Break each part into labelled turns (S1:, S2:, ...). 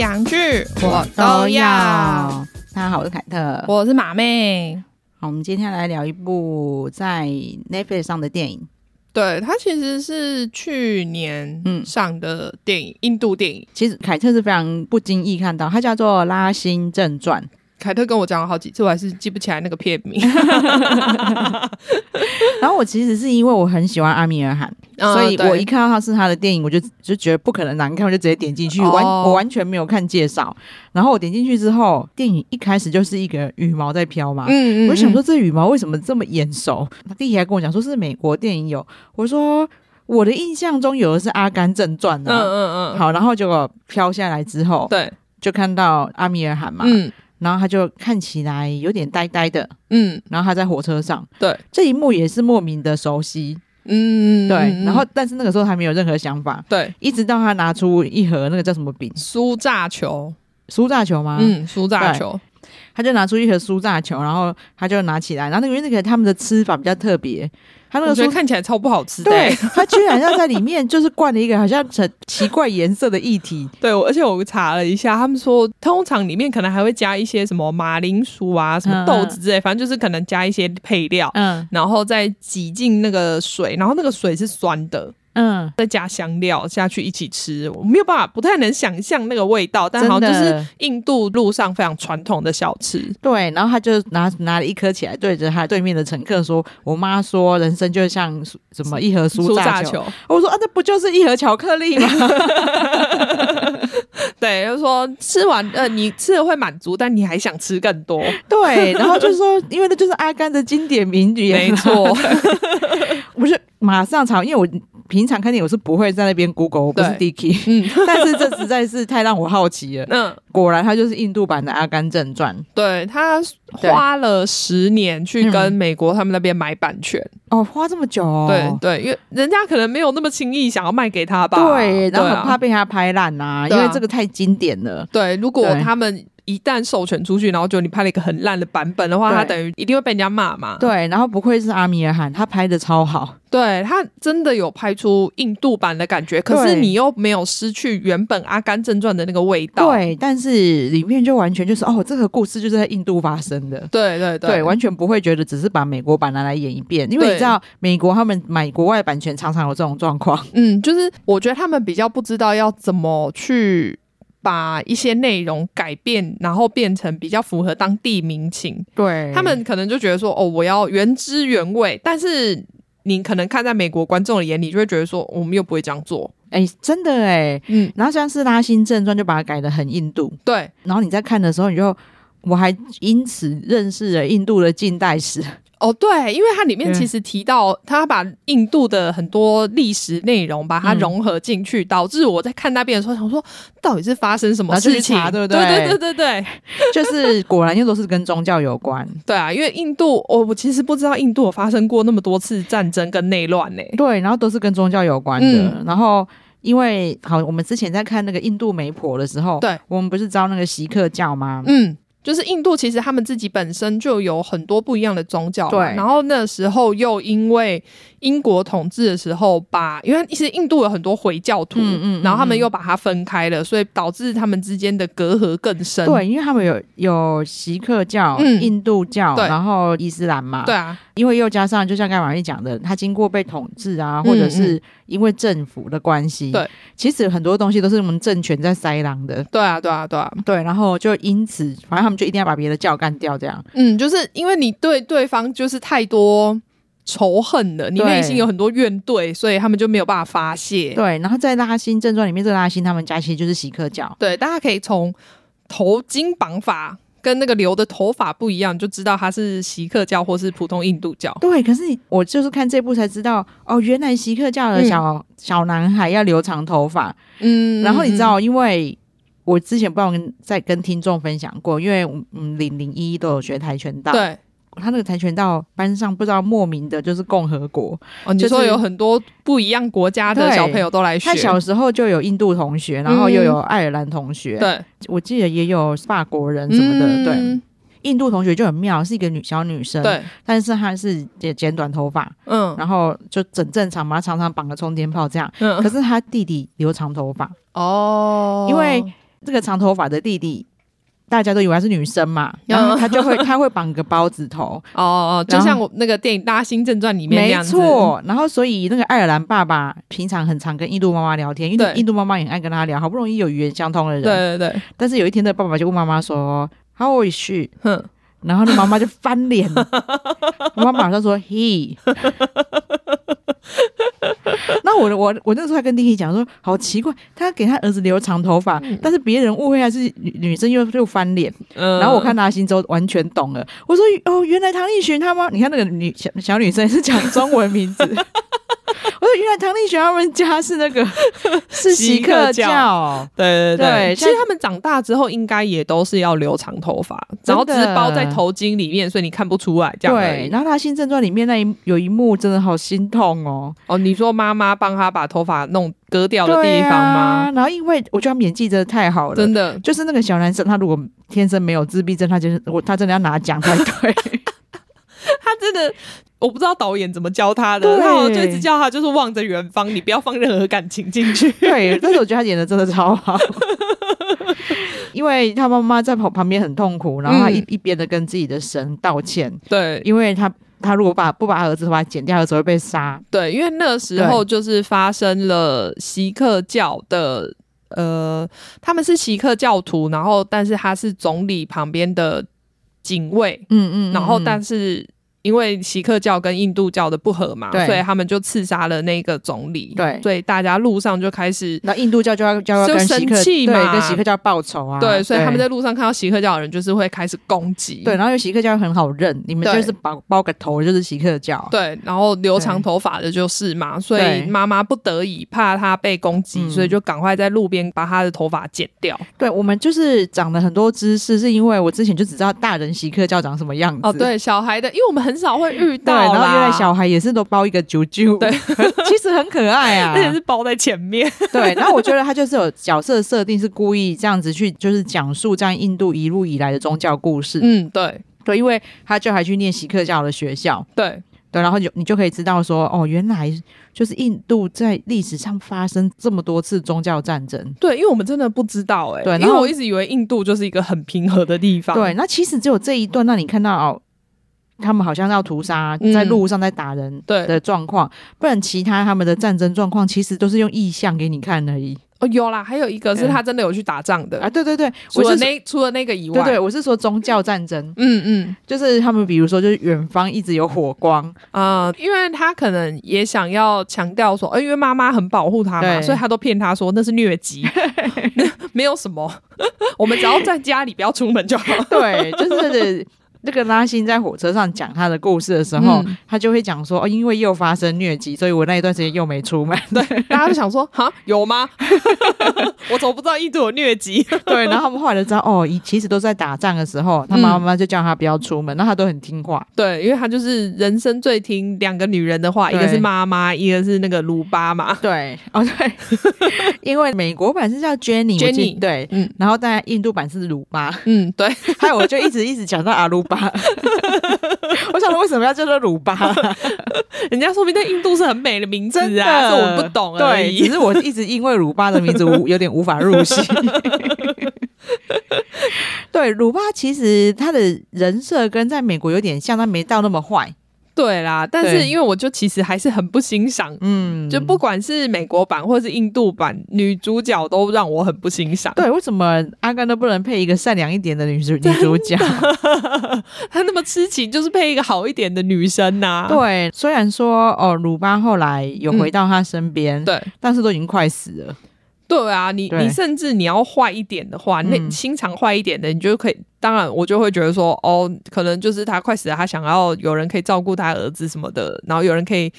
S1: 港剧我
S2: 都
S1: 都
S2: 要
S1: 要。。
S2: 大家好，我是凯特。
S1: 我是马妹，
S2: 好，我们今天来聊一部在 Netflix 上的电影。
S1: 对它其实是去年
S2: 嗯
S1: 上的电影，印度电影。
S2: 其实凯特是非常不经意看到，它叫做《拉辛正 传》。
S1: 凯特跟我讲了好几次，我还是记不起来那个片 名，
S2: 然后我其实是因为我很喜欢阿米尔 汗，
S1: 嗯
S2: 所以
S1: 对
S2: 我一看到他是他的电影，我就就觉得不可能难看，我就直接点进去，完、
S1: 哦
S2: 我完全没有看介绍。然后我点进去之后，电影一开始就是一个羽毛在飘嘛，
S1: 嗯
S2: 我就想说，这羽毛为什么这么眼熟？他弟弟还跟我讲说是美国电影有，我说我的印象中有的是《阿甘正传》
S1: 嗯
S2: 啊。
S1: 嗯嗯，
S2: 好，然后结果飘下来之后，
S1: 对，
S2: 就看到阿米尔汗嘛，
S1: 嗯
S2: 然后他就看起来有点呆呆的，
S1: 嗯
S2: 然后他在火车上，
S1: 对，
S2: 这一幕也是莫名的熟悉，
S1: 嗯，
S2: 对，
S1: 嗯
S2: 然后但是那个时候还没有任何想法，
S1: 对
S2: 一直到他拿出一盒那个叫什么饼，
S1: 酥炸球，
S2: 酥炸球吗？
S1: 嗯，酥炸球，
S2: 他就拿出一盒酥炸球，然后他就拿起来，然后那个因为那个他们的吃法比较特别，他那
S1: 我
S2: 个
S1: 觉
S2: 酥
S1: 得看起来超不好吃的欸、
S2: 对， 它居然要在里面就是灌了一个好像很奇怪颜色的液体。
S1: 对，我而且我查了一下，他们说通常里面可能还会加一些什么马铃薯啊、什么豆子之类，反正就是可能加一些配料，
S2: 嗯
S1: 然后再挤进那个水，然后那个水是酸的，
S2: 嗯，
S1: 再加香料下去一起吃。我没有办法，不太能想象那个味道，但好像就
S2: 真
S1: 是
S2: 的
S1: 印度路上非常传统的小吃。
S2: 对。然后他就拿拿了一颗起来，对着他对面的乘客说：“我妈说人生就像酥什么一盒酥炸
S1: 炸
S2: 球。，我说：“啊，这不就是一盒巧克力吗
S1: 对，就是说吃完，呃，你吃了会满足，但你还想吃更 多，？”
S2: 对。然后就说：“因为那就是阿甘的经典名言。”
S1: 没， 错，
S2: 不是马上查，因为我平常看电影我是不会在那边 Google，我不是
S1: 对
S2: Dicky。
S1: 嗯
S2: 但是这实在是太让我好奇了。
S1: 嗯。
S2: 果然，它就是印度版的《阿甘正传》。
S1: 对他花了十年
S2: 嗯
S1: 去跟美国他们那边买版权，
S2: 哦，花这么久、哦，
S1: 对对，因为人家可能没有那么轻易想要卖给他吧，
S2: 对，然后
S1: 对
S2: 很
S1: 啊
S2: 怕被他拍烂呐、
S1: 对
S2: 因
S1: 啊
S2: 为这个太经典了。
S1: 对，如果
S2: 对
S1: 他们一旦授权出去，然后就你拍了一个很烂的版本的话，
S2: 对
S1: 他等于一定会被人家骂嘛，
S2: 对，然后不愧是阿米尔汗，他拍的超好。
S1: 对他真的有拍出印度版的感觉，可是
S2: 对
S1: 你又没有失去原本《阿甘正传》的那个味道，
S2: 对，但是里面就完全就是哦，这个故事就是在印度发生的。
S1: 对对对
S2: 对，完全不会觉得只是把美国版拿来演一遍，因为
S1: 对
S2: 你知道美国他们买国外版权常常有这种状况。
S1: 嗯，就是我觉得他们比较不知道要怎么去把一些内容改变，然后变成比较符合当地民情。
S2: 对
S1: 他们可能就觉得说，哦，我要原汁原味，但是。你可能看在美国观众的眼里，就会觉得说我们又不会这样做。
S2: 哎，真的哎，
S1: 嗯，
S2: 然后像是《拉辛正传》就把它改的很印度，
S1: 对，
S2: 然后你在看的时候，你就我还因此认识了印度的近代史。
S1: 哦，对，因为它里面
S2: 对
S1: 其实提到，他把印度的很多历史内容把它
S2: 嗯
S1: 融合进去，导致我在看那边的时候想说，到底是发生什么
S2: 然后就去
S1: 事情？
S2: 查对不
S1: 对？
S2: 对
S1: 对对对对
S2: 就是果然又都是跟宗教有关。
S1: 对啊，因为印度，我、我其实不知道印度有发生过那么多次战争跟内乱呢。
S2: 对，然后都是跟宗教有关的。
S1: 嗯
S2: 然后因为好，我们之前在看那个印度媒婆的时候，
S1: 对，
S2: 我们不是招那个锡克教吗？
S1: 嗯，就是印度其实他们自己本身就有很多不一样的宗教嘛，
S2: 对
S1: 然后那时候又因为英国统治的时候把，因为其实印度有很多回教徒，
S2: 嗯嗯嗯
S1: 然后他们又把它分开了，所以导致他们之间的隔阂更深。
S2: 对，因为他们有有锡克教、
S1: 嗯
S2: 印度教，
S1: 对
S2: 然后伊斯兰嘛。
S1: 对，啊，
S2: 因为又加上就像刚才玛丽讲的，他经过被统治啊，或者是因为政府的关系，
S1: 嗯对，
S2: 其实很多东西都是我们政权在塞狼的。
S1: 对啊，对啊，对啊，
S2: 对，然后就因此，反正他们就一定要把别的教干掉，这样。
S1: 嗯，就是因为你对对方就是太多。仇恨了，你
S2: 对
S1: 内心有很多怨怼，所以他们就没有办法发泄。
S2: 对，然后在拉辛正传里面，这个拉辛他们家其实就是锡克教。
S1: 对，大家可以从头巾绑法跟那个留的头发不一样，就知道他是锡克教或是普通印度教。
S2: 对，可是你我就是看这部才知道，哦，原来锡克教的小、小男孩要留长头发。
S1: 嗯
S2: 然后你知，道，因为我之前不知道跟在跟听众分享过，因为嗯零零一都有学跆拳道，
S1: 嗯对
S2: 他那个跆拳道班上不知道莫名的就是共和国，
S1: 哦，你
S2: 就是
S1: 说有很多不一样国家的
S2: 对
S1: 小朋友都来学
S2: 他，小时候就有印度同学，然后又
S1: 嗯
S2: 有爱尔兰同学，
S1: 对
S2: 我记得也有法国人什么的，对，
S1: 嗯
S2: 印度同学就很妙，是一个女小女生，，
S1: 对，
S2: 但是她是剪剪短头发，
S1: 嗯
S2: 然后就整正常 嘛，常常绑个冲天炮这样。
S1: 嗯
S2: 可是他弟弟留长头发，
S1: 哦
S2: 因为这个长头发的弟弟，大家都以为他是女生嘛，
S1: 嗯
S2: 然后他 就会他会绑个包子头，
S1: 哦哦，就
S2: 然后
S1: 像我那个电影《大星正传》里面那
S2: 没
S1: 样子，
S2: 错。然后所以那个爱尔兰爸爸平常很常跟印度妈妈聊天，因为
S1: 对
S2: 印度妈妈也很爱跟他聊，好不容易有语言相通的人。
S1: 对对对，
S2: 但是有一天，的爸爸就问妈妈说：“How is she？”
S1: 哼，
S2: 然后那妈妈就翻 脸，我妈马上说 he。那我我我那时候还跟弟弟讲说，好奇怪，他给他儿子留长头发，但是别人误会他是女女生又又翻脸。
S1: 嗯
S2: 然后我看他心之后完全懂了，我说哦，原来唐立群他妈，你看那个女小小女生是讲中文名 字。我说原来唐立群他们家是那个 是
S1: 锡
S2: 锡
S1: 克
S2: 克
S1: 教
S2: 教，
S1: 对对
S2: 对
S1: 其实他们长大之后应该也都是要留长头发，然后只是包在头巾里面，所以你看不出来这样而
S2: 对。
S1: 已。
S2: 然后他《新正传》里面那一有一幕真的好心痛哦，
S1: 哦，你说妈妈帮他把头发弄割掉的
S2: 对
S1: 地方吗？
S2: 啊？然后因为我觉得他们演技真的太好了。
S1: 真的，
S2: 就是那个小男生，他如果天生没有自闭症，他就是我，他真的要拿奖才对。
S1: 他真的。我不知道导演怎么教他的，
S2: 对
S1: 他好像就一直叫他就是望着远方，你不要放任何感情进去。
S2: 对，但是我觉得他演的真的超好，因为他妈妈在旁旁边很痛苦，然后他一、
S1: 嗯
S2: 一边的跟自己的神道歉，
S1: 对
S2: 因为他他如果把不把儿子头发剪掉，儿子会被杀。
S1: 对，因为那个时候就是发生了锡克教的，呃，他们是锡克教徒，然后但是他是总理旁边的警卫，
S2: 嗯
S1: 然后
S2: 嗯
S1: 但是因为锡克教跟印度教的不合嘛，
S2: 对
S1: 所以他们就刺杀了那个总理。
S2: 对
S1: 所以大家路上就开始。
S2: 那印度教就要就要
S1: 就
S2: 跟
S1: 生
S2: 锡克
S1: 气嘛
S2: 对跟锡克教报仇啊，
S1: 对，所以他们在路上看到锡克教的人，就是会开始攻击。
S2: 对，然后有锡克教很好认，你们
S1: 对
S2: 就是包包个头就是锡克教，
S1: 对，然后留长头发的就是嘛，所以
S2: 对
S1: 妈妈不得已怕他被攻击，
S2: 嗯
S1: 所以就赶快在路边把他的头发剪掉。
S2: 对，我们就是长了很多知识，是因为我之前就只知道大人锡克教长什么样子。
S1: 哦，对，小孩的，因为我们很少会遇
S2: 对，
S1: 到
S2: 然后
S1: 啦
S2: 原来小孩也是都包一个啾啾，
S1: 对，
S2: 其实很可爱啊
S1: 而。且 是包在前面。
S2: 对，然后我觉得他就是有角色设定，是故意这样子去，就是讲述这样印度一路以来的宗教故事。
S1: 嗯，对
S2: 对，因为他就还去念锡克教的学校，
S1: 对，
S2: 对，然后你就你就可以知道说，哦，原来就是印度在历史上发生这么多次宗教战争。
S1: 对，因为我们真的不知道哎、
S2: 对
S1: 因
S2: 然
S1: 为
S2: 后
S1: 我一直以为印度就是一个很平和的地方，
S2: 对，那其实只有这一段让你看到、哦、他们好像要屠杀，
S1: 嗯
S2: 在路上在打人
S1: 对
S2: 的状况，不然其他他们的战争状况其实都是用意象给你看而已
S1: 哦，有啦，还有一个是他真的有去打仗的，
S2: 啊。对对对，
S1: 除
S2: 我
S1: 了
S2: 是
S1: 那除了那个以外，
S2: 对对，我是说宗教战争，
S1: 嗯嗯
S2: 就是他们比如说就是远方一直有火 光，
S1: 啊、因为他可能也想要强调说，呃，因为妈妈很保护他嘛，
S2: 对
S1: 所以他都骗他说那是疟 疾，没有什么，我们只要在家里不要出门 就好。
S2: 对，就是。那个拉辛在火车上讲他的故事的时候，
S1: 嗯
S2: 他就会讲说：“哦，因为又发生疟疾，所以我那一段时间又没出门。” 对
S1: 大家就想说，哈，有 吗？我怎么不知道印度有疟疾？
S2: 对，然后他们后来就知道，哦，以其实都在打仗的时候，他
S1: 嗯
S2: 妈妈就叫他不要出门，那他都很听话。
S1: 对，因为他就是人生最听两个女人的话，一
S2: 对
S1: 个是妈妈，一个是那个鲁巴嘛。
S2: 对， 哦对，因为美国版是叫 Jenny，我记
S1: Jenny
S2: 对，
S1: 嗯
S2: 然后当然印度版是鲁巴，
S1: 嗯，对，
S2: 还有我就一直一直讲到阿鲁巴， 我想说为什么要叫做鲁巴？
S1: 人家说明在印度是很美的名字
S2: 真的，
S1: 啊，是 我们不懂而
S2: 对，
S1: 已
S2: 只。是我一直因为鲁巴的名字无有点无法入戏。 对，鲁巴其实他的人设跟在美国有点像，但没到那么坏。
S1: 对啦，但是
S2: 对
S1: 因为我就其实还是很不欣赏，
S2: 嗯，
S1: 就不管是美国版或是印度版，女主角都让我很不欣 赏。
S2: 对，为什么阿甘都不能配一个善良一点的 女主女主角？
S1: 她那么痴情，就是配一个好一点的女生啊呐、
S2: 对，虽然说哦，鲁巴后来有回到他身边，
S1: 对
S2: 但是都已经快死了。
S1: 对啊，你
S2: 对
S1: 你甚至你要坏一点的话，那
S2: 嗯
S1: 心肠坏一点的，你就可以。当然，我就会觉得说，哦，可能就是他快死了，他想要有人可以照顾他儿子什么的，然后有人可以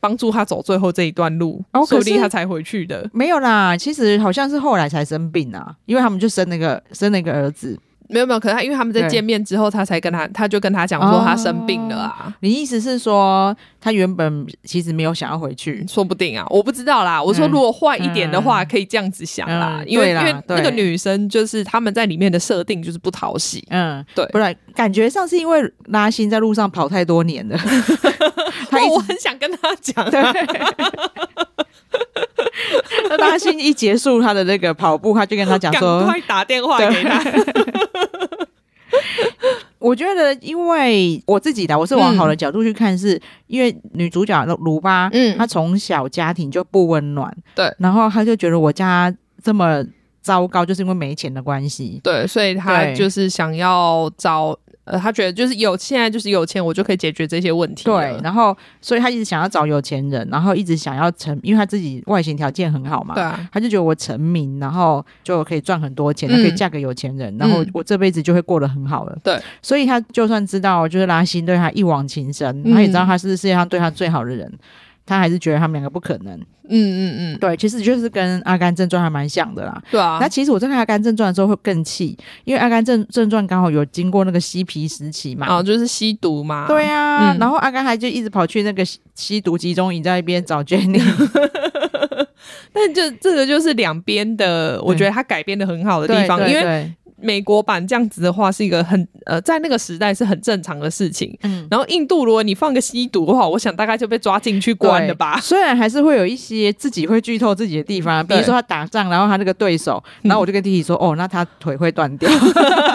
S1: 帮助他走最后这一段路，
S2: 哦可
S1: 说不定
S2: 是
S1: 他才回去的。
S2: 没有啦，其实好像是后来才生病啊，因为他们就生那个生那个儿子。
S1: 没有没有，可能他因为他们在
S2: 对
S1: 见面之后，他才跟他，他就跟他讲说
S2: 哦
S1: 他生病了啊。
S2: 你意思是说，他原本其实没有想要回 去？
S1: 说不定啊，我不知道啦。我说如果坏一点的话，
S2: 嗯
S1: 可以这样子想啦，
S2: 嗯
S1: 因为
S2: 对
S1: 因
S2: 啦
S1: 为那个
S2: 对
S1: 女生就是他们在里面的设定就是不讨喜，
S2: 嗯，
S1: 对
S2: 不然感觉上是因为拉辛在路上跑太多 年了，他
S1: 那
S2: 一
S1: 我
S2: 直
S1: 啊 很想跟她讲、
S2: 对
S1: 啊，
S2: 那大兴一结束他的那个跑步，他就跟他讲
S1: 赶
S2: 说，
S1: 快打电话给他。
S2: 我觉得，因为我自己的，我是往好的角度去看是，因为女主角卢巴，
S1: 嗯
S2: 她从小家庭就不温暖，
S1: 对
S2: 然后她就觉得我家这么糟糕，就是因为没钱的关系。
S1: 对，所以他
S2: 对
S1: 就是想要找呃，他觉得就是有现在就是有钱，我就可以解决这些问题了。
S2: 对，然后所以她一直想要找有钱人，然后一直想要成，因为她自己外形条件很好嘛，
S1: 对啊，
S2: 她就觉得我成名，然后就可以赚很多钱，
S1: 嗯
S2: 她可以嫁给有钱人，然后
S1: 嗯
S2: 我这辈子就会过得很好了。
S1: 对，
S2: 所以她就算知道就是拉辛对她一往情深，
S1: 嗯
S2: 她也知道他是世界上对她最好的人，她还是觉得他们两个不可能。
S1: 嗯嗯嗯，
S2: 对，其实就是跟《阿甘正传》还蛮像的啦。
S1: 对啊
S2: 那、，其实我在看《阿甘正传》的时候会更气，因为《阿甘正正传》刚好有经过那个嬉皮时期嘛。
S1: 啊，就是吸毒嘛。
S2: 对啊，
S1: 嗯
S2: 然后阿甘还就一直跑去那个吸吸毒集中营，在那边找 Jenny。
S1: 但就这个就是两边的，
S2: 嗯
S1: 我觉得它改编的很好的地方，因为
S2: 为
S1: 美国版这样子的话是一个很呃，在那个时代是很正常的事情。
S2: 嗯
S1: 然后印度如果你放个吸毒的话，我想大概就被抓进去关了吧。
S2: 虽然还是会有一些自己会剧透自己的地方，比如
S1: 嗯对嗯
S2: 说他打仗，然后他那个对手，然后我就跟弟弟说：“哦，那他腿会断 掉。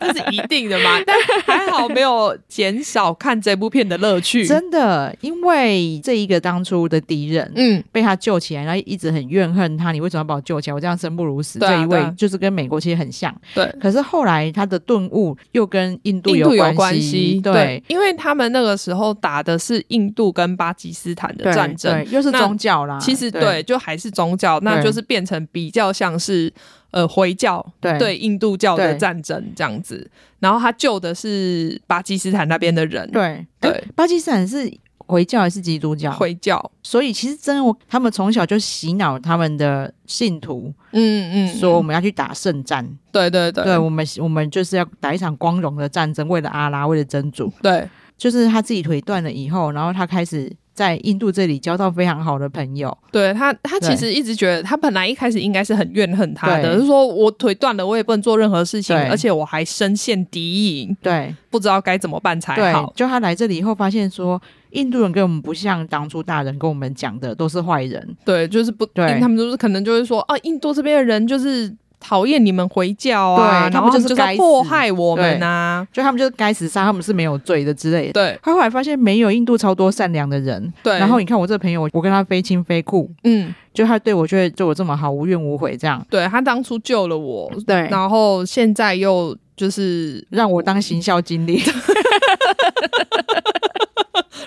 S1: 这是一定的嘛， 但还好没有减少看这部片的乐”趣。
S2: 真的，因为这一个当初的敌人，
S1: 嗯，
S2: 被他救起来，然后一直很怨恨他，你为什么要把我救起来？我这样生不如死。
S1: 对啊
S2: 这一
S1: 对
S2: 位
S1: 啊
S2: 就是跟美国其实很像，
S1: 对。
S2: 可是后来他的顿悟又跟印度
S1: 印
S2: 有
S1: 度有
S2: 关
S1: 系，
S2: 对，
S1: 因为他们那个时候打的是印度跟巴基斯坦的
S2: 对
S1: 战争，
S2: 对又是
S1: 那
S2: 宗教啦。
S1: 其实对，就还是宗教，那
S2: 对
S1: 就是变成比较像是呃回教
S2: 对
S1: 对印度教的
S2: 对
S1: 战争这样子。然后他救的是巴基斯坦那边的人，
S2: 对
S1: 对
S2: 诶巴基斯坦是回教还是基督教？
S1: 回教，
S2: 所以其实真的我，他们从小就洗脑他们的信徒，
S1: 嗯
S2: 说我们要去打圣战，
S1: 对对对
S2: 对我们我们就是要打一场光荣的战争，为了阿拉，为了真主。
S1: 对
S2: 就是他自己腿断了以后，然后他开始在印度这里交到非常好的朋友。
S1: 对，他他
S2: 对
S1: 其实一直觉得，他本来一开始应该是很怨恨他的，
S2: 对
S1: 就是说我腿断了，我也不能做任何事情，
S2: 对
S1: 而且我还深陷敌营，
S2: 对
S1: 不知道该怎么办才
S2: 对
S1: 嗯好，。
S2: 就他来这里以后，发现说印度人跟我们不像当初大人跟我们讲的都是坏人，
S1: 对，就是不，
S2: 对
S1: 因为他们就是可能就是说，啊，印度这边的人就是讨厌你们回教啊，
S2: 对
S1: 然
S2: 他
S1: 后
S2: 们
S1: 他
S2: 就是
S1: 们就是要
S2: 该死
S1: 迫害我们啊，
S2: 就他们就是该死杀，他们是没有罪的之类的。
S1: 对
S2: 他后来发现没有印度超多善良的人，
S1: 对，
S2: 然后你看我这个朋友，我我跟他非亲非故，
S1: 嗯，
S2: 就他对我就会对我这么好，无怨无悔这样，
S1: 对他当初救了我，
S2: 对
S1: 然后现在又就是
S2: 让我当行销经 理。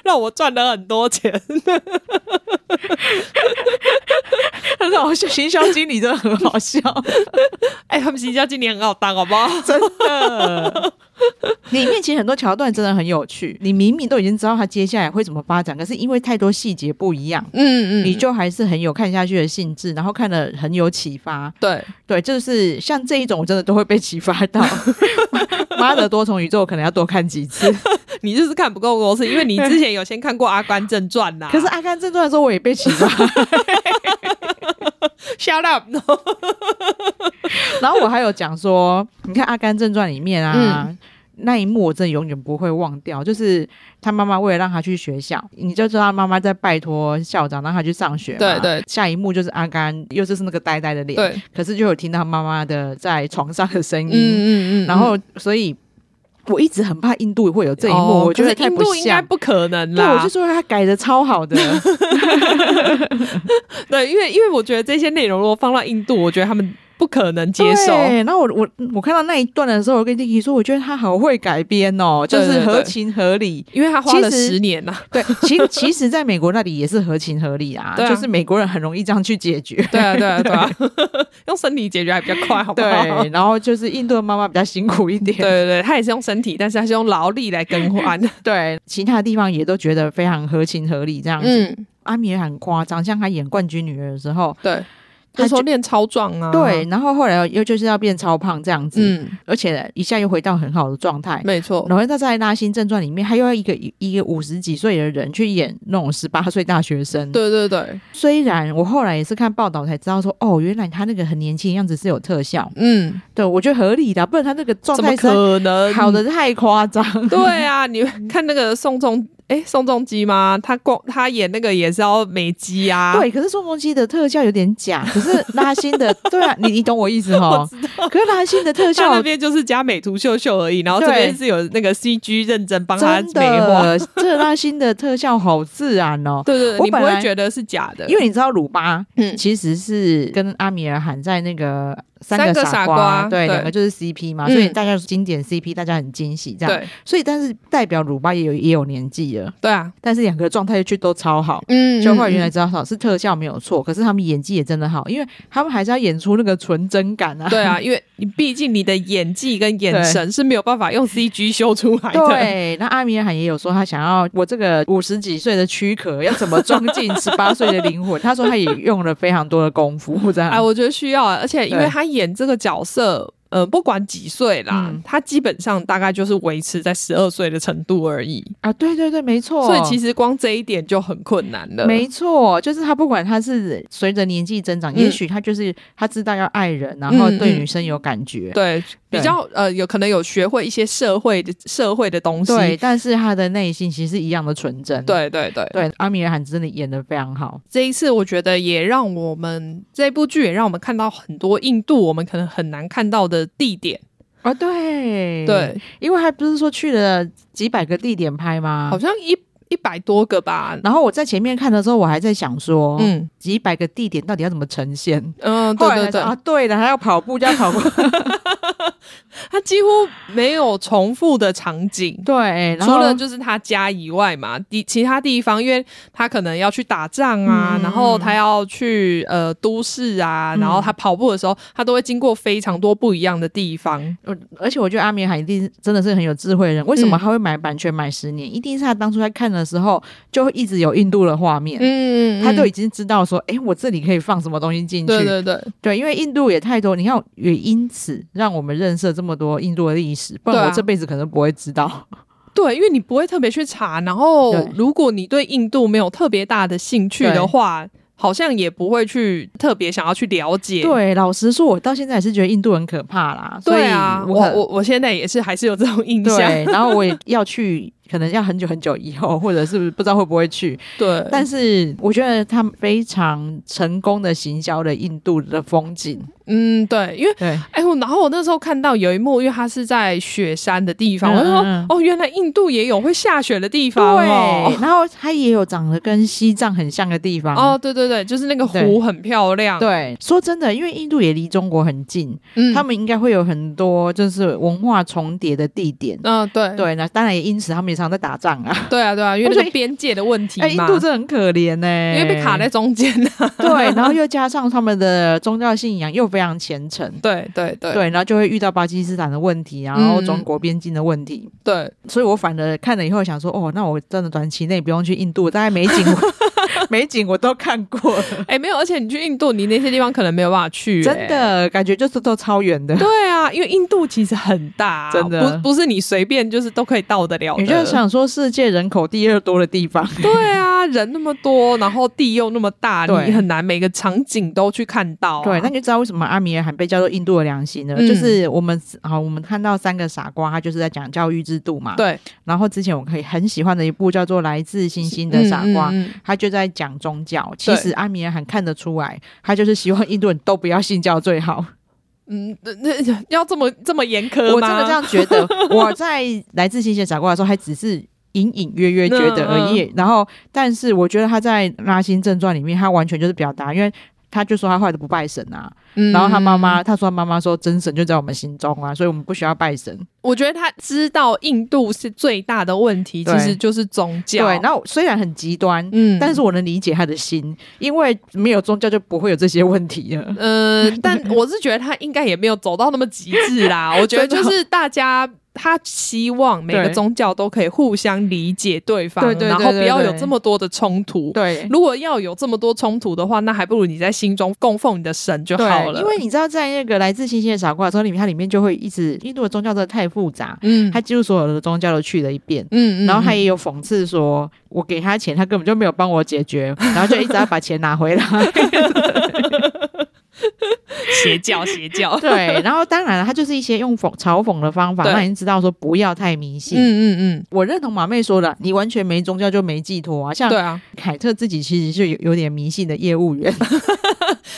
S1: 让我赚了很多钱，
S2: 很好笑，行销经理真的很好笑，
S1: 哎、他们新疆今年很好当，好不好？
S2: 真的。 里面其实很多桥段真的很有趣，你明明都已经知道他接下来会怎么发展，可是因为太多细节不一样，
S1: 嗯
S2: 你就还是很有看下去的兴致，然后看了很有启发。
S1: 对。
S2: 对，就是像这一种，我真的都会被启发 到。妈的，多重宇宙可能要多看几 次。
S1: 你就是看不够多次，因为你之前有先看过《阿甘正传》啊呐。
S2: 可是《阿甘正传》的时候，我也被启发，
S1: shut up，
S2: 然后我还有讲说，你看《阿甘正传》里面啊。
S1: 嗯
S2: 那一幕我真的永远不会忘掉，就是他妈妈为了让他去学校，你就知道他妈妈在拜托校长让他去上学嘛。
S1: 对对
S2: 下一幕就是阿甘，又就是那个呆呆的脸，
S1: 对，
S2: 可是就有听到妈妈的在床上的声音，
S1: 嗯嗯
S2: 然后，所以我一直很怕印度会有这一幕，
S1: 哦
S2: 我觉得
S1: 可是
S2: 太
S1: 印
S2: 不
S1: 度应该
S2: 像。
S1: 不可能
S2: 对，
S1: 啦。
S2: 我就说他改的超好的，
S1: 对，因为因为我觉得这些内容如果放到印度，我觉得他们不可能 接受。
S2: 对然后我我我看到那一段的时候，我跟弟弟说，我觉得他好会改编哦，就
S1: 对
S2: 是
S1: 对对
S2: 合情合理。
S1: 因为他花了
S2: 其实
S1: 十年啊呐、
S2: 对，其其实，在美国那里也是合情合理啊，
S1: 对啊
S2: 就是美国人很容易这样去解 决。
S1: 对啊，对啊，对啊，用身体解决还比较快，好不好？
S2: 对， 然后就是印度的妈妈比较辛苦一点。
S1: 对对对，他也是用身体，但是他是用劳力来更换。
S2: 对其他地方也都觉得非常合情合理这样子。
S1: 嗯，
S2: 阿米也很夸张，像他演冠军女儿的时候，
S1: 对，
S2: 他
S1: 他说
S2: 就
S1: 练超壮啊。
S2: 对，，然后后来又就是要变超胖这样子，
S1: 嗯，
S2: 而且一下又回到很好的状态。
S1: 没错。
S2: 然后他在《拉辛正传》里面，他又要一个一个五十几岁的人去演那种十八岁大学生。，
S1: 对对对，
S2: 虽然我后来也是看报道才知道说，哦，原来他那个很年轻的样子是有特效。
S1: 嗯，
S2: 对，我觉得合理的，啊不然他那个状
S1: 怎么
S2: 态实在
S1: 可能？
S2: 好的太夸张。
S1: 对啊，你看那个宋仲哎，宋仲基吗？他光他演那个也是要美肌啊。
S2: 对，可是宋仲基的特效有点假， 可是拉辛的，对啊，你你懂我意思
S1: 我
S2: 哈？
S1: 知道，
S2: 可是拉辛的特
S1: 他
S2: 效
S1: 那边就是加美图秀秀而已，然后这
S2: 对
S1: 边是有那个 CG 认真帮他
S2: 真
S1: 美化。
S2: 的，这拉辛的特效好自然哦。
S1: 对对，对
S2: 我
S1: 你不
S2: 本
S1: 会
S2: 来
S1: 觉得是假的，
S2: 因为你知道鲁巴
S1: 嗯
S2: 其实是跟阿米尔喊在那个
S1: 三
S2: 个
S1: 个傻
S2: 傻
S1: 瓜
S2: 对，
S1: 对
S2: 两个就是 CP 嘛，
S1: 嗯
S2: 所以大家是经典 CP，大家很惊喜这样。
S1: 对
S2: 所以但是代表鲁巴也有也有年纪了，
S1: 对啊，
S2: 但是两个状态却都超好。
S1: 嗯
S2: 就后来原来知道是特效没有错，可是他们演技也真的好，因为他们还是要演出那个纯真感啊。
S1: 对啊，因为你毕竟你的演技跟眼神是没有办法用 CG 修出来的。
S2: 对，那阿米尔汗也有说他想要我这个五十几岁的躯壳要怎么装进十八岁的灵魂，他 说他也用了非常多的功夫这样。
S1: 哎，我觉得需要啊，而且因为
S2: 嗯对
S1: 他演这个角色，呃，不管几岁啦，
S2: 嗯
S1: 他基本上大概就是维持在十二岁的程度而已，
S2: 啊，对对对，没错。
S1: 所以其实光这一点就很困难了。
S2: 没错，就是他不管他是随着年纪增长，
S1: 嗯
S2: 也许他就是他知道要爱人，然后
S1: 嗯
S2: 对
S1: 嗯
S2: 女生有感觉。
S1: 对，比
S2: 对
S1: 较呃，有可能有学会一些社会的社会的东西。
S2: 对，但是他的内心其实是一样的纯真。
S1: 对对对
S2: 对，阿米尔汗真的演的非常好。
S1: 这一次我觉得也让我们这部剧也让我们看到很多印度我们可能很难看到的地点。
S2: 啊，对
S1: 对，，
S2: 因为他不是说去了几百个地点拍吗
S1: 好？像一一百多个吧。
S2: 然后我在前面看的时候，我还在想说，嗯，
S1: 嗯
S2: 几百个地点到底要怎么呈现？
S1: 嗯，
S2: 后
S1: 对
S2: 来
S1: 对
S2: 才说
S1: 对，
S2: 啊，对的，还要跑步，要 跑步，
S1: 它几乎没有重复的场景。
S2: 对，然
S1: 除
S2: 后
S1: 了就是他家以外嘛，地其他地方，因为他可能要去打仗啊，然后
S2: 嗯
S1: 他要去呃都市啊，然后他跑步的时候，他都会经过非常多不一样的地方。
S2: 我而且我觉得阿米尔汗一定真的是很有智慧的
S1: 嗯
S2: 人，为什么他会买版权买十年？一定是他当初在看的时候就会一直有印度的画面。
S1: 嗯
S2: 他就已经知道说，哎、我这里可以放什么东西进去？
S1: 对对对，
S2: 对因为印度也太多，你看也因此让我们认识了这么多印度的历史，不
S1: 对
S2: 然
S1: 啊
S2: 我这辈子可能不会知道。
S1: 对，因为你不会特别去查，然后
S2: 对
S1: 如果你对印度没有特别大的兴趣的
S2: 对
S1: 话，好像也不会去特别想要去了解。
S2: 对，老实说，我到现在也是觉得印度很可怕啦。所以
S1: 对啊，我
S2: 我很
S1: 我我现在也是还是有这种印象。
S2: 对，然后我也要去，可能要很久很久以后，或者是不知道会不会去。
S1: 对，
S2: 但是我觉得他们非常成功的行销了印度的风景。
S1: 嗯，对，因为
S2: 对，
S1: 哎我，然后我那时候看到有一幕，因为它是在雪山的地方，
S2: 嗯
S1: 我就说
S2: 嗯嗯
S1: 哦，原来印度也有会下雪的地方哦
S2: 对，。然后它也有长得跟西藏很像的地方。
S1: 哦，对对对，就是那个湖
S2: 对
S1: 很漂亮。，
S2: 对，说真的，因为印度也离中国很近，
S1: 嗯，
S2: 他们应该会有很多就是文化重叠的地点。
S1: 嗯、对
S2: 对，那当然也因此他们也常在打仗啊。
S1: 对啊对啊，因为
S2: 我
S1: 那
S2: 觉
S1: 个
S2: 得
S1: 边界的问题
S2: 哎、印
S1: 嘛，
S2: 度真的很可怜呢、
S1: 因为被卡在中间呢、
S2: 对，然后又加上他们的宗教信仰又非常虔诚，
S1: 对对对
S2: 对，然后就会遇到巴基斯坦的问题，然后中国边境的问题，
S1: 对
S2: 所以我反而看了以后想说，哦，那我真的短期内不用去印度，大概美 景我美景我都看过了，
S1: 哎、没有，而且你去印度，你那些地方可能没有办法去、
S2: 真
S1: 哎。
S2: 的感觉就是都超远的。
S1: 对啊，因为印度其实很大啊、
S2: 真的
S1: 不不是你随便就是都可以到得了的。
S2: 也就是想说，世界人口第二多的地方，
S1: 对啊，人那么多，然后地又那么大，
S2: 对
S1: 你很难每个场景都去看到啊、
S2: 对，那你就知道为什么阿米尔汗被叫做印度的良心了。
S1: 嗯
S2: 就是我们好，我们看到三个傻瓜，他就是在讲教育制度嘛。。
S1: 对
S2: 然后之前我可以很喜欢的一部叫做《来自星星的傻瓜》，
S1: 嗯嗯嗯
S2: 他就在讲宗教。其实阿米尔汗看得出来，他就是希望印度人都不要信教最 好。
S1: 嗯，那、那要这么这么严苛吗？
S2: 我真的这样觉得。我在《来自星星的傻瓜》的时候，还只是。隐隐约约觉得而
S1: 嗯
S2: 已，然后，但是我觉得他在《拉辛正传》里面，他完全就是表达，因为他就说他后来都不拜神啊，
S1: 嗯
S2: 然后他妈妈，，他说他妈妈说真神就在我们心中啊，所以我们不需要拜神。
S1: 我觉得他知道印度是最大的问题，其
S2: 对
S1: 实就是宗教。
S2: 对，那我虽然很极端，
S1: 嗯
S2: 但是我能理解他的心，因为没有宗教就不会有这些问题了。
S1: 呃，但我是觉得他应该也没有走到那么极致啦。我觉得就是大家。他希望每个
S2: 对
S1: 宗教都可以互相理解对方，
S2: 对对对
S1: 然后不
S2: 对
S1: 要有
S2: 对
S1: 这么多的冲突。
S2: 对。
S1: 如果要有这么多冲突的话，那还不如你在心中供奉你的神就好
S2: 对，
S1: 了。
S2: 因为你知道，在那个来自星星的傻瓜的时候，里面它里面就会一直印度的宗教真的太复杂，
S1: 嗯
S2: 他几乎所有的宗教都去了一遍，
S1: 嗯
S2: 然后他
S1: 还
S2: 也有讽刺说，我给他钱，他根本就没 有帮我解决，然后就一直要把钱拿回来。
S1: 邪教邪教，
S2: 对，然后当然了，他就是一些用讽嘲讽的方法，
S1: 对
S2: 让你知道说不要太迷信。
S1: 嗯嗯
S2: 我认同马妹说的，你完全没宗教就没寄托啊。
S1: 嗯，
S2: 像
S1: 对啊，
S2: 凯特自己其实就有有点迷信的业务员。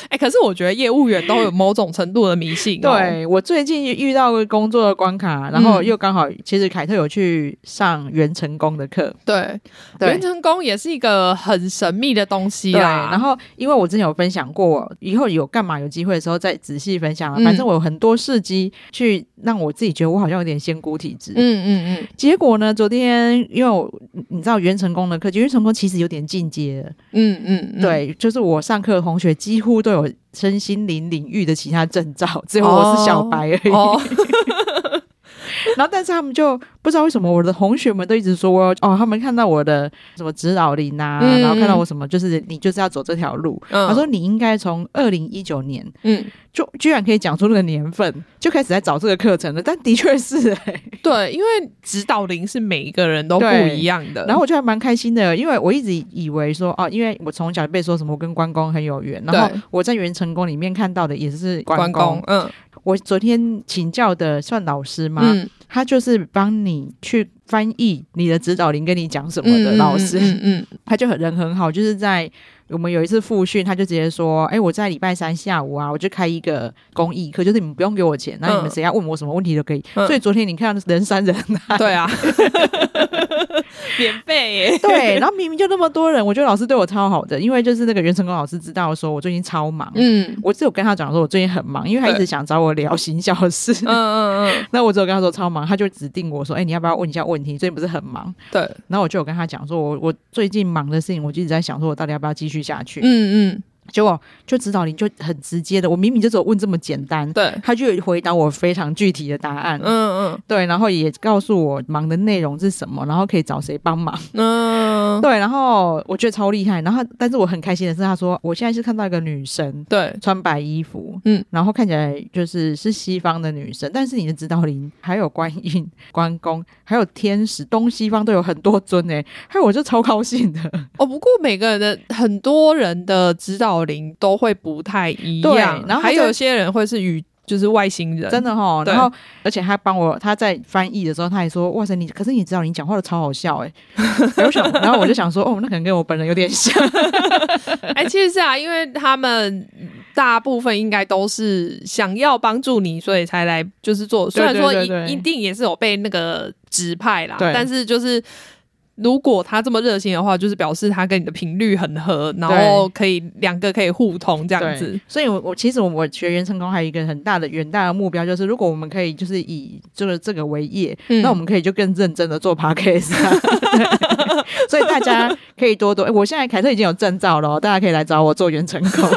S1: 哎、可是我觉得业务员都有某种程度的迷信、哦，嗯
S2: 对我最近遇到个工作的关卡，然后又刚好，其实凯特有去上元成功的课，
S1: 对，
S2: 对
S1: 元成功也是一个很神秘的东西
S2: 对，
S1: 啦。
S2: 啊然后因为我之前有分享过，我以后有干嘛有机会的时候再仔细分享啊。
S1: 嗯
S2: 反正我有很多事迹去让我自己觉得我好像有点仙姑体质。
S1: 嗯，嗯嗯
S2: 结果呢，昨天因为我你知道元成功的课，元成功其实有点进阶了，
S1: 嗯嗯嗯，
S2: 对，就是我上课的同学几乎都有身心灵领域的其他证照，只有我是小白而已。
S1: 哦，
S2: 然后，但是他们就不知道为什么，我的同学们都一直说哦，他们看到我的什么指导灵啊，
S1: 嗯
S2: 然后看到我什么，就是你就是要走这条路。他
S1: 他
S2: 说你应该从二零一九年
S1: 嗯，
S2: 就居然可以讲出那个年份，就开始在找这个课程了。但的确是、欸，
S1: 对，因为指导灵是每一个人都不
S2: 对
S1: 一样的。
S2: 然后我就还蛮开心的，因为我一直以为说哦，因为我从小被说什么我跟关公很有缘，然后
S1: 对
S2: 我在元成功里面看到的也是关
S1: 关
S2: 公。
S1: 公，嗯
S2: 我昨天请教的算老师吗？
S1: 嗯，
S2: 他就是帮你去翻译你的指导灵跟你讲什么的
S1: 嗯
S2: 老师，
S1: 嗯嗯嗯
S2: 他就很人很好，就是在我们有一次复训，他就直接说：“哎、我在礼拜三下午啊，我就开一个公益课，就是你们不用给我钱，那你们谁要问我什么问题都可以。
S1: 嗯
S2: 所以昨天你看到人山人 海，
S1: 嗯对啊，免费耶，
S2: 对，然后明明就那么多人，我觉得老师对我超好的，因为就是那个袁成功老师知道说我最近超忙，
S1: 嗯
S2: 我只有跟他讲说我最近很忙，因为他一直
S1: 对
S2: 想找我聊行销的事。
S1: 嗯嗯嗯，
S2: 那我只有跟他说超忙，他就指定我说：“哎、你要不要问一下问题？最近不是很忙？”
S1: 对，
S2: 然后我就有跟他讲说，我我最近忙的事情，我就一直在想说，我到底要不要继续下去？
S1: 嗯嗯
S2: 结果就指导灵就很直接的，我明明就只有问这么简单，
S1: 对，
S2: 他就有回答我非常具体的答案。
S1: 嗯嗯
S2: 对，然后也告诉我忙的内容是什么，然后可以找谁帮忙。
S1: 嗯，
S2: 对，然后我觉得超厉害。然后，但是我很开心的是，他说我现在是看到一个女生
S1: 对，
S2: 穿白衣服，
S1: 嗯，
S2: 然后看起来就是是西方的女生，但是你的指导灵还有观音、关公，还有天使，东西方都有很多尊哎、还有我就超高兴的。
S1: 哦，不过每个人的很多人的指导灵都会不太一
S2: 对
S1: 样，
S2: 然后
S1: 还
S2: 他就
S1: 有些人会是与就是外星人，
S2: 真的哈。
S1: 对
S2: 然后，而且他帮我，他在翻译的时候，他还说：“哇塞，你可是你知道你讲话都超好笑哎、欸。” 我想，然后我就想说，哦，那可能跟我本人有点像。
S1: 哎、其实是啊，因为他们大部分应该都是想要帮助你，所以才来就是做。虽
S2: 对
S1: 然说
S2: 对
S1: 一
S2: 对对
S1: 一定也是有被那个指派啦，
S2: 对
S1: 但是就是如果他这么热心的话，就是表示他跟你的频率很合，然后可以两个可以互通这样子
S2: 对。，所以我我其实我我学员成功还有一个很大的远大的目标，就是如果我们可以就是以这个这个为业，
S1: 嗯
S2: 那我们可以就更认真的做 podcast 啊、 对所以大家可以多多，哎诶我现在凯特已经有证照了哦，大家可以来找我做原成 功。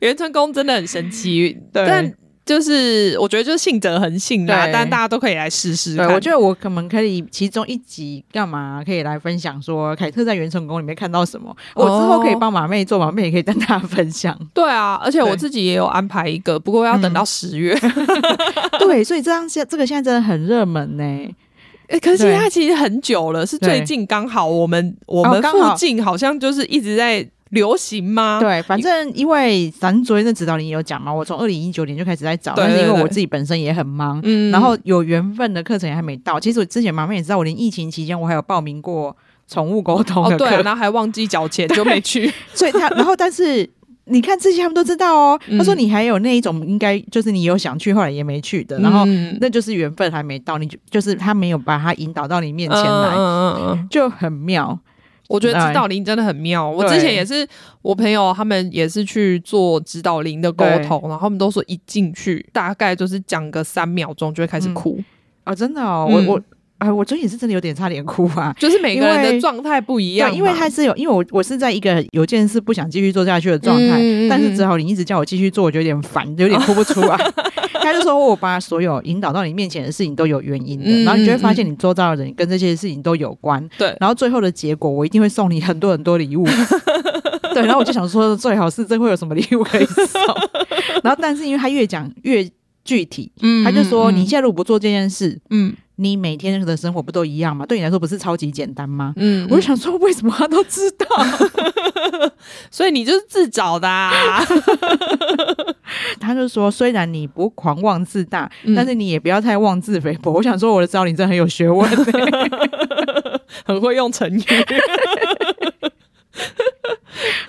S1: 袁成功真的很神奇，
S2: 对
S1: 但就是我觉得就是信者恒信啦，
S2: 对
S1: 但大家都可以来试试
S2: 对
S1: 看。，
S2: 我觉得我可能可以其中一集干嘛可以来分享说凯特在元成功里面看到什么，我之后可以帮马妹做，马妹也可以跟大家分 享。
S1: 对啊，而且我
S2: 对嗯
S1: 自己也有安排一个，不过要等到十月。
S2: 对，所以这样现这个现在真的很热门呢、
S1: 欸、可是
S2: 对
S1: 它其实很久了，是最
S2: 对哦
S1: 近刚好我们我们
S2: 刚
S1: 附
S2: 好
S1: 近好像就是一直在流行吗？，
S2: 对，反正因为咱昨天的指导灵也有讲嘛，我从二零一九年就开始在找，
S1: 对
S2: 但是因
S1: 对
S2: 为
S1: 对
S2: 我自己本身也很忙，
S1: 嗯
S2: 然后有缘分的课程也还没到。其实我之前马妹也知道，我连疫情期间我还有报名过宠物沟通
S1: 哦
S2: 的课，
S1: 对、啊，然后还忘记缴钱就没去，
S2: 所以他，然后但是你看这些他们都知道哦。
S1: 嗯
S2: 他说你还有那一种，应该就是你有想去，后来也没去的，然后
S1: 嗯
S2: 那就是缘分还没到，你就就是他没有把他引导到你面前
S1: 嗯
S2: 来，
S1: 嗯嗯嗯，
S2: 就很妙。
S1: 我觉得指导灵真的很妙。我
S2: 对
S1: 之前也是，我朋友他们也是去做指导灵的沟通，然后他们都说一进去大概就是讲个三秒钟就会开始哭，
S2: 哦，真的哦，
S1: 嗯
S2: 我我哎，我昨天也是真的有点差点哭啊。
S1: 就是每个人
S2: 因
S1: 的
S2: 为
S1: 状态不一样嘛，
S2: 对，因为他是有，因为我我是在一个有件事不想继续做下去的状态，
S1: 嗯嗯嗯
S2: 但是只好你一直叫我继续做，我就有点烦，有点哭不出 来。他就说我把所有引导到你面前的事情都有原因的，
S1: 嗯
S2: 然后你就会发现你周遭的人跟这些事情都有关。
S1: 对
S2: 然后最后的结果我一定会送你很多很多礼 物。对，然后我就想说最好是真会有什么礼物可以 送。然后但是因为他越讲越具体，
S1: 嗯
S2: 他就说
S1: 嗯
S2: 你现在如果不做这件事，
S1: 嗯
S2: 你每天的生活不都一样吗？对你来说不是超级简单吗？
S1: 嗯，
S2: 我就想说，为什么他都知道？
S1: 所以你就是自找的、啊。
S2: 他就说，虽然你不狂妄自大，
S1: 嗯
S2: 但是你也不要太妄自菲薄。我 想说，我的招你真的很有学 问、
S1: 很会用成语。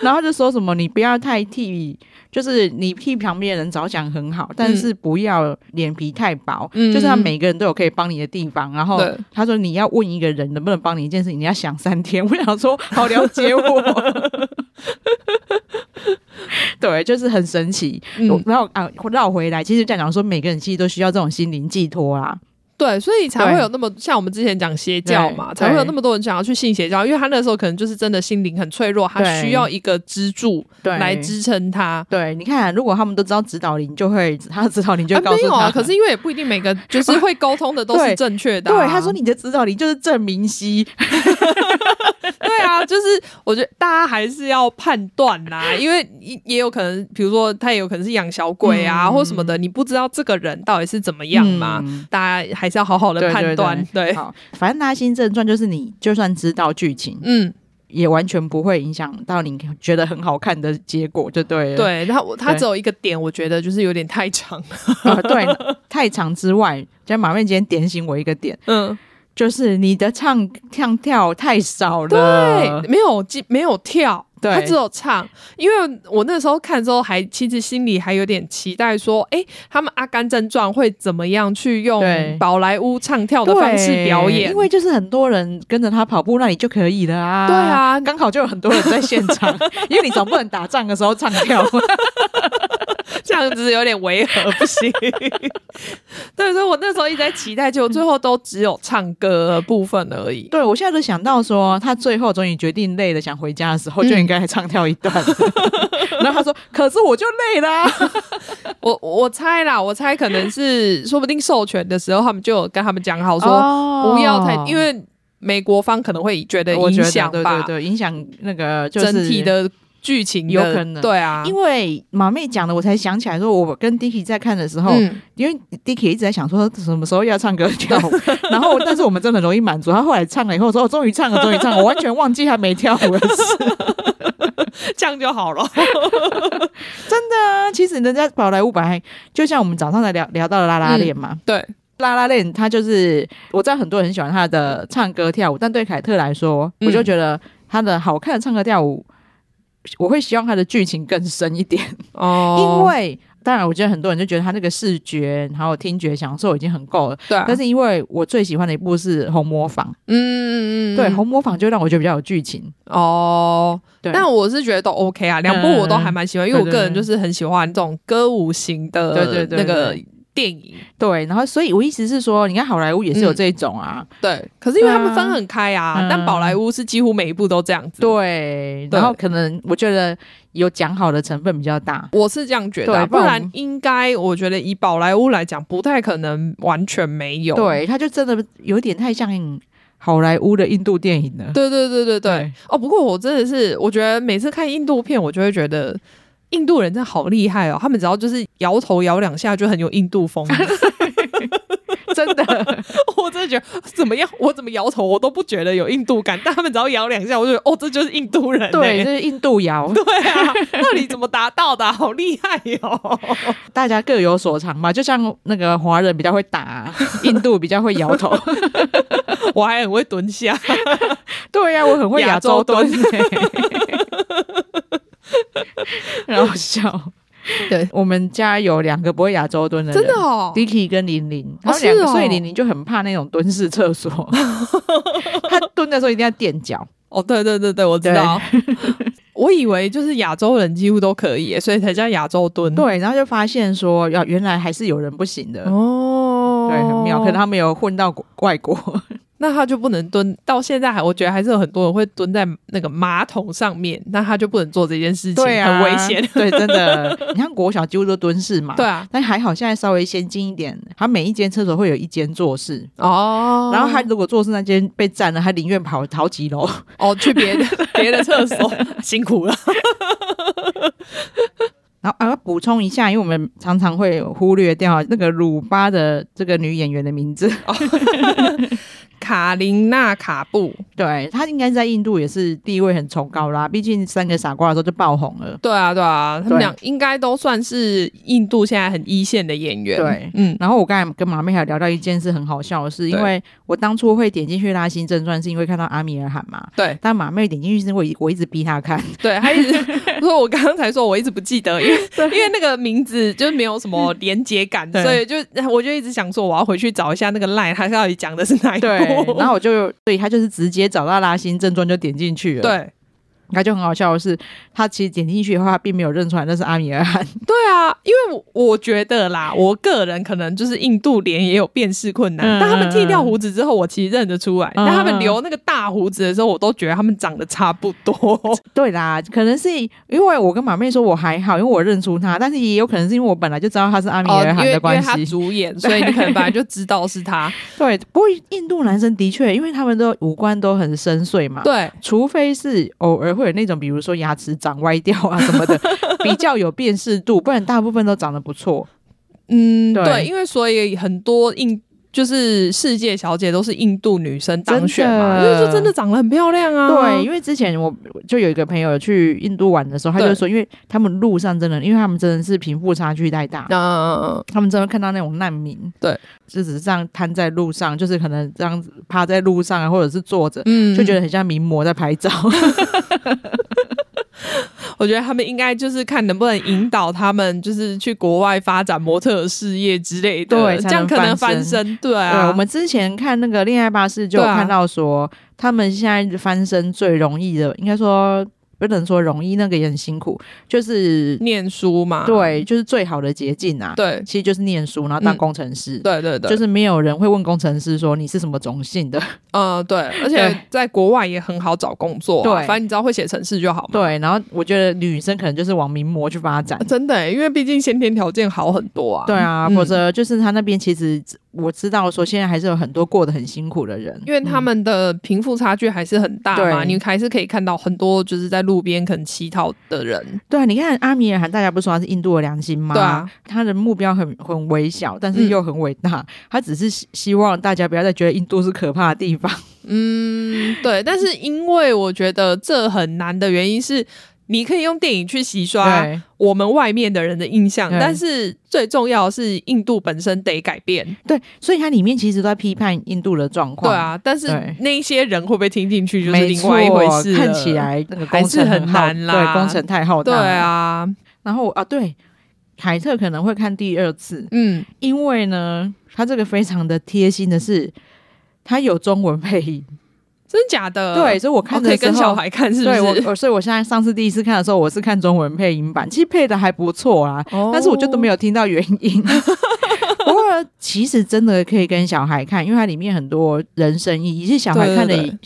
S2: 然后他就说什么，你不要太替，就是你替旁边的人着想很好，但是不要脸皮太薄。
S1: 嗯
S2: 就是他每个人都有可以帮你的地方。然后
S1: 对
S2: 他说，你要问一个人能不能帮你一件事情，你要想三天。 我想说，好了解 我。对，就是很神奇。
S1: 嗯，
S2: 然后啊，绕回来，其实这样讲说，每个人其实都需要这种心灵寄托啊。
S1: 对，所以才
S2: 对
S1: 会有那么像我们之前讲邪教嘛，
S2: 对
S1: 才会有那么多人想要去信邪教，因为他那时候可能就是真的心灵很脆弱，他
S2: 对
S1: 需要一个支柱
S2: 对，
S1: 来支撑他。
S2: 对，你看，啊如果他们都知道指导灵，就会 他的指导灵就
S1: 啊
S2: 会告
S1: 没
S2: 诉
S1: 有
S2: 他。
S1: 啊，可是因为也不一定 每个就是会沟通的都是
S2: 对
S1: 正确的、啊
S2: 对，他说，你的指导灵就是郑明熙，
S1: 对啊，就是我觉得大家还是要判断啦，因为也也有可能，比如说他也有可能是养小鬼啊、
S2: 嗯
S1: 或什么的，你不知道这个人到底是怎么样嘛，
S2: 嗯
S1: 大家还是要好好的
S2: 对
S1: 判断。对
S2: 好，反正《拉新正传》就是你就算知道剧情，
S1: 嗯，
S2: 也完全不会影响到你觉得很好看的结果，就对了。
S1: 对，然后我他
S2: 对
S1: 只有一个点，我觉得就是有点太长了。
S2: 啊对，太长之外，加马妹今天点醒我一个点，
S1: 嗯，
S2: 就是你的唱唱跳太少了
S1: 对，。没有进没有跳，
S2: 呃对
S1: 他只有唱。因为我那时候看之后还，其实心里还有点期待，说，哎、他们《阿甘正传》会怎么样去用
S2: 对
S1: 宝莱坞唱跳的
S2: 对
S1: 方式表演？
S2: 因为就是很多人跟着他跑步，那你就可以了啊。
S1: 对啊
S2: 刚好就有很多人在现 场，因为你总不能打仗的时候唱 跳。
S1: 这样子有点 违和，不行。对，所以我那时候一直在期待，就最后都只有唱歌的部分而已。
S2: 对，我现在都想到说，他最后终于决定累了想回家的时候，就应该来唱跳一 段。然后他说：“可是我就累啦、
S1: 我我猜啦，我猜可能是说不定授权的时候，他们就有跟他们讲好说，
S2: 哦
S1: 不要太，因为美国方可能会觉得
S2: 我觉
S1: 影
S2: 得
S1: 响
S2: 对
S1: 吧，
S2: 对对，影响那个就是
S1: 整体。的剧情的
S2: 有可能
S1: 对啊，
S2: 因
S1: 为
S2: 为马妹讲的，我才想起来说，我跟 Dicky 在看的时候，
S1: 嗯，
S2: 因为 Dicky 一直在想说什么时候要唱歌跳 舞，然后但是我们真的很容易满足。他后来唱了以后说：“我、终于唱了，终于唱了。”我完全忘记他没跳舞的 事。
S1: 这样就好了。
S2: 啊，其实人家宝莱坞本来就像我们早上来聊聊到的拉拉链嘛，
S1: 对，
S2: 拉拉链它就是我知道很多人很喜欢他的唱歌跳舞，但对凯特来说，
S1: 嗯
S2: 我就觉得他的好看的唱歌跳舞，我会希望他的剧情更深一点，
S1: 哦
S2: 因为。当然，我觉得很多人就觉得他那个视觉还有听觉享受已经很够了，
S1: 对啊，
S2: 但是因为我最喜欢的一部是《红模仿》，
S1: 嗯嗯嗯，
S2: 对，《
S1: 嗯
S2: 红模仿》就让我觉得比较有剧情。
S1: 哦，
S2: 对嗯
S1: 但我是觉得都 OK 啊，两部我都还蛮喜欢，因为我个人就是很喜欢这种歌舞型的
S2: 对对对
S1: 那个
S2: 对
S1: 电影。
S2: 对，然后所以我意思是说，你看好莱坞也是有
S1: 嗯
S2: 这种啊，
S1: 对，可是因为他们
S2: 对啊
S1: 分很开啊，
S2: 嗯
S1: 但宝莱坞是几乎每一部都这样子。，
S2: 对，
S1: 对
S2: 然后可能我觉得有讲好的成分比较大。
S1: 我是这样觉得啊、
S2: 对
S1: 不
S2: 不然
S1: 然应该我觉得以宝莱坞来讲，不太可能完全没有。
S2: 对，它就真的有点太像好莱坞的印度电影 了。
S1: 对对对对对
S2: 对
S1: 哦，不过我真的是，我觉得每次看印度片，我就会觉得印度人真的好厉害哦，他们只要就是摇头摇两下，就很有印 度风。
S2: 真 的，
S1: 我真的觉得怎么样，我怎么摇头，我都不觉得有印度感，但他们只要摇两下，我就觉得哦，这就是印度人、欸。
S2: 对，就是印度摇，
S1: 对啊，到底怎么达到的啊、好厉害哦哟、
S2: 大家各有所长嘛。就像那个华人比较会 打，印度比较会摇头。
S1: 我还很会蹲 下，
S2: 对呀、我很会
S1: 亚
S2: 亚洲
S1: 洲
S2: 蹲、欸， 很好笑。
S1: 对
S2: 我们家有两个不会亚洲蹲的人，
S1: 真的哦。
S2: Dicky 跟玲玲，
S1: 哦
S2: 然后两个，
S1: 是哦
S2: 所以玲玲就很怕那种蹲式厕所， 她蹲的时候一定要垫脚。
S1: 哦，对对对对，我知
S2: 对
S1: 道。 我以为就是亚洲人几乎都可以耶，所以才叫亚洲蹲。
S2: 对，然后就发现说，要原来还是有人不行的，
S1: 哦，
S2: 对，很妙。可能他们有混到国外 国，
S1: 那他就不能蹲，到现在还我觉得还是有很多人会蹲在那个马桶上面，那他就不能做这件事情，
S2: 对啊，
S1: 很危险。，
S2: 对，真的。你看国小几乎都蹲式嘛，
S1: 对。啊，
S2: 但还好，现在稍微先进一点，他每一间厕所会有一间坐式，
S1: 哦，
S2: 然后他如果坐式那间被占了，他宁愿跑逃几楼。
S1: 哦，去别的别的厕所，辛苦了。
S2: 然后啊，要补充一下，因为我们常常会忽略掉那个鲁巴的这个女演员的名字，
S1: 卡琳娜·卡布。
S2: 对他应该在印度也是地位很崇高啦，毕竟三个傻瓜的时候就爆红了。
S1: 对啊，对啊，他
S2: 对
S1: 们俩应该都算是印度现在很一线的演员。
S2: 对
S1: 嗯，
S2: 然后我刚才跟马妹还聊到一件事很好笑的事，
S1: 对
S2: 因为我当初会点进去拉新正传，是因为看到阿米尔汗嘛。
S1: 对
S2: 但马妹点进去是因为我我一直逼她看，
S1: 对，他一直 说，我刚刚才说我一直不记得，因为因为那个名字就是没有什么连接感，
S2: 对
S1: 所以就我就一直想说我要回去找一下那个赖他到底讲的是哪一部。
S2: 然后我就对她就是直接找到拉新正传就点进去了。，
S1: 对
S2: 她就很好笑的是，她其实点进去的话，她并没有认出来那是阿米尔汗。
S1: 对啊，因为我我觉得啦，我个人可能就是印度脸也有辨识困难，
S2: 嗯
S1: 但他们剃掉胡子之后，我其实认得出来；
S2: 嗯
S1: 但他们留那个大胡子的时候，我都觉得他们长得差不 多。
S2: 对啦，可能是因为我跟马妹说我还好，因为我认出她，但是也有可能是因为我本来就知道她是阿米尔
S1: 因
S2: 汗的
S1: 为哦因为
S2: 关
S1: 他
S2: 系。
S1: 主演，所以你可能本来就知道是他。
S2: 对，不过印度男生的确，因为他们的五官都很深邃嘛，
S1: 对
S2: 除非是偶尔会有那种，比如说牙齿长歪掉啊什 么的，比较有辨识度，不然大部分都长得不错。
S1: 嗯，
S2: 对
S1: 对，因为所以很多印就是世界小姐都是印度女生当选嘛，因
S2: 真的
S1: 为就真的长得很漂亮啊。
S2: 对，因为之前我就有一个朋友去印度玩的时候，他就
S1: 对
S2: 说，因为他们路上真的，因为他们真的是贫富差距太大，
S1: 嗯，
S2: 他们真的看到那种难民，
S1: 对，
S2: 就只是这样瘫在路上，就是可能这样子趴在路上啊，或者是坐着。
S1: 嗯
S2: 就觉得很像名模在拍照，
S1: 我觉得他们应该就是看能不能引导他们，就是去国外发展模特儿事业之类的，
S2: 对
S1: 这样可能翻身。 对啊，
S2: 对， 我们之前看那个《恋爱巴士》就有
S1: 对啊
S2: 看到说，他们现在翻身最容易的，应该说不能说容易，那个也很辛苦，就是、
S1: 念书嘛，
S2: 对，就是最好的捷径啊，，
S1: 对
S2: 其实就是念书，然后当
S1: 嗯
S2: 工程师。
S1: 对对对，
S2: 就是没有人会问工程师说你是什么种姓的，
S1: 嗯对，而且
S2: 对
S1: 在国外也很好找工作、啊，
S2: 对
S1: 反正你只要会写程式就好嘛。
S2: 对。然后我觉得女生可能就是往名模去发展，
S1: 真的欸、因为毕竟先天条件好很多啊。
S2: 对啊，
S1: 嗯
S2: 否则就是他那边其实我知道说现在还是有很多过得很辛苦的人，嗯
S1: 因为他们的贫富差距还是很大嘛，
S2: 对
S1: 你还是可以看到很多就是在路边可能乞讨的人。
S2: 对啊，你看阿米尔汗，大家不是说他是印度的良心吗？
S1: 对啊，
S2: 他的目标很很微小，但是又很伟大。
S1: 嗯
S2: 他只是希希望大家不要再觉得印度是可怕的地方。
S1: 嗯，对。但是因为我觉得这很难的原因是，你可以用电影去洗刷
S2: 对
S1: 我们外面的人的印象，
S2: 对
S1: 但是最重要的是印度本身得改变。
S2: 对，所以它里面其实都在批判印度的状
S1: 对
S2: 况。，
S1: 啊，但是
S2: 对
S1: 那一些人会不会听进去就是
S2: 没
S1: 另
S2: 错，
S1: 外一回事了。
S2: 看起来那个
S1: 还
S2: 工
S1: 是
S2: 程
S1: 很
S2: 浩
S1: 难啦
S2: 对，工程太浩大。
S1: 对，啊，
S2: 然后啊，对，凯特可能会看第二次，
S1: 嗯，
S2: 因为呢，他这个非常的贴心的是，他有中文配音。
S1: 真假的？
S2: 对，所以我
S1: 哦，
S2: 看
S1: 可
S2: 的
S1: 以
S2: 时
S1: 跟小
S2: 候。
S1: 孩看是不
S2: 对
S1: 是？
S2: 我，我所以我现在上次第一次看的时候，我是看中文配音版，其实配的还不错啦，
S1: 哦
S2: 但是我就都没有听到原 因。不过其实真的可以跟小孩看，因为它里面很多人生意义，其实小孩看的
S1: 对对
S2: 也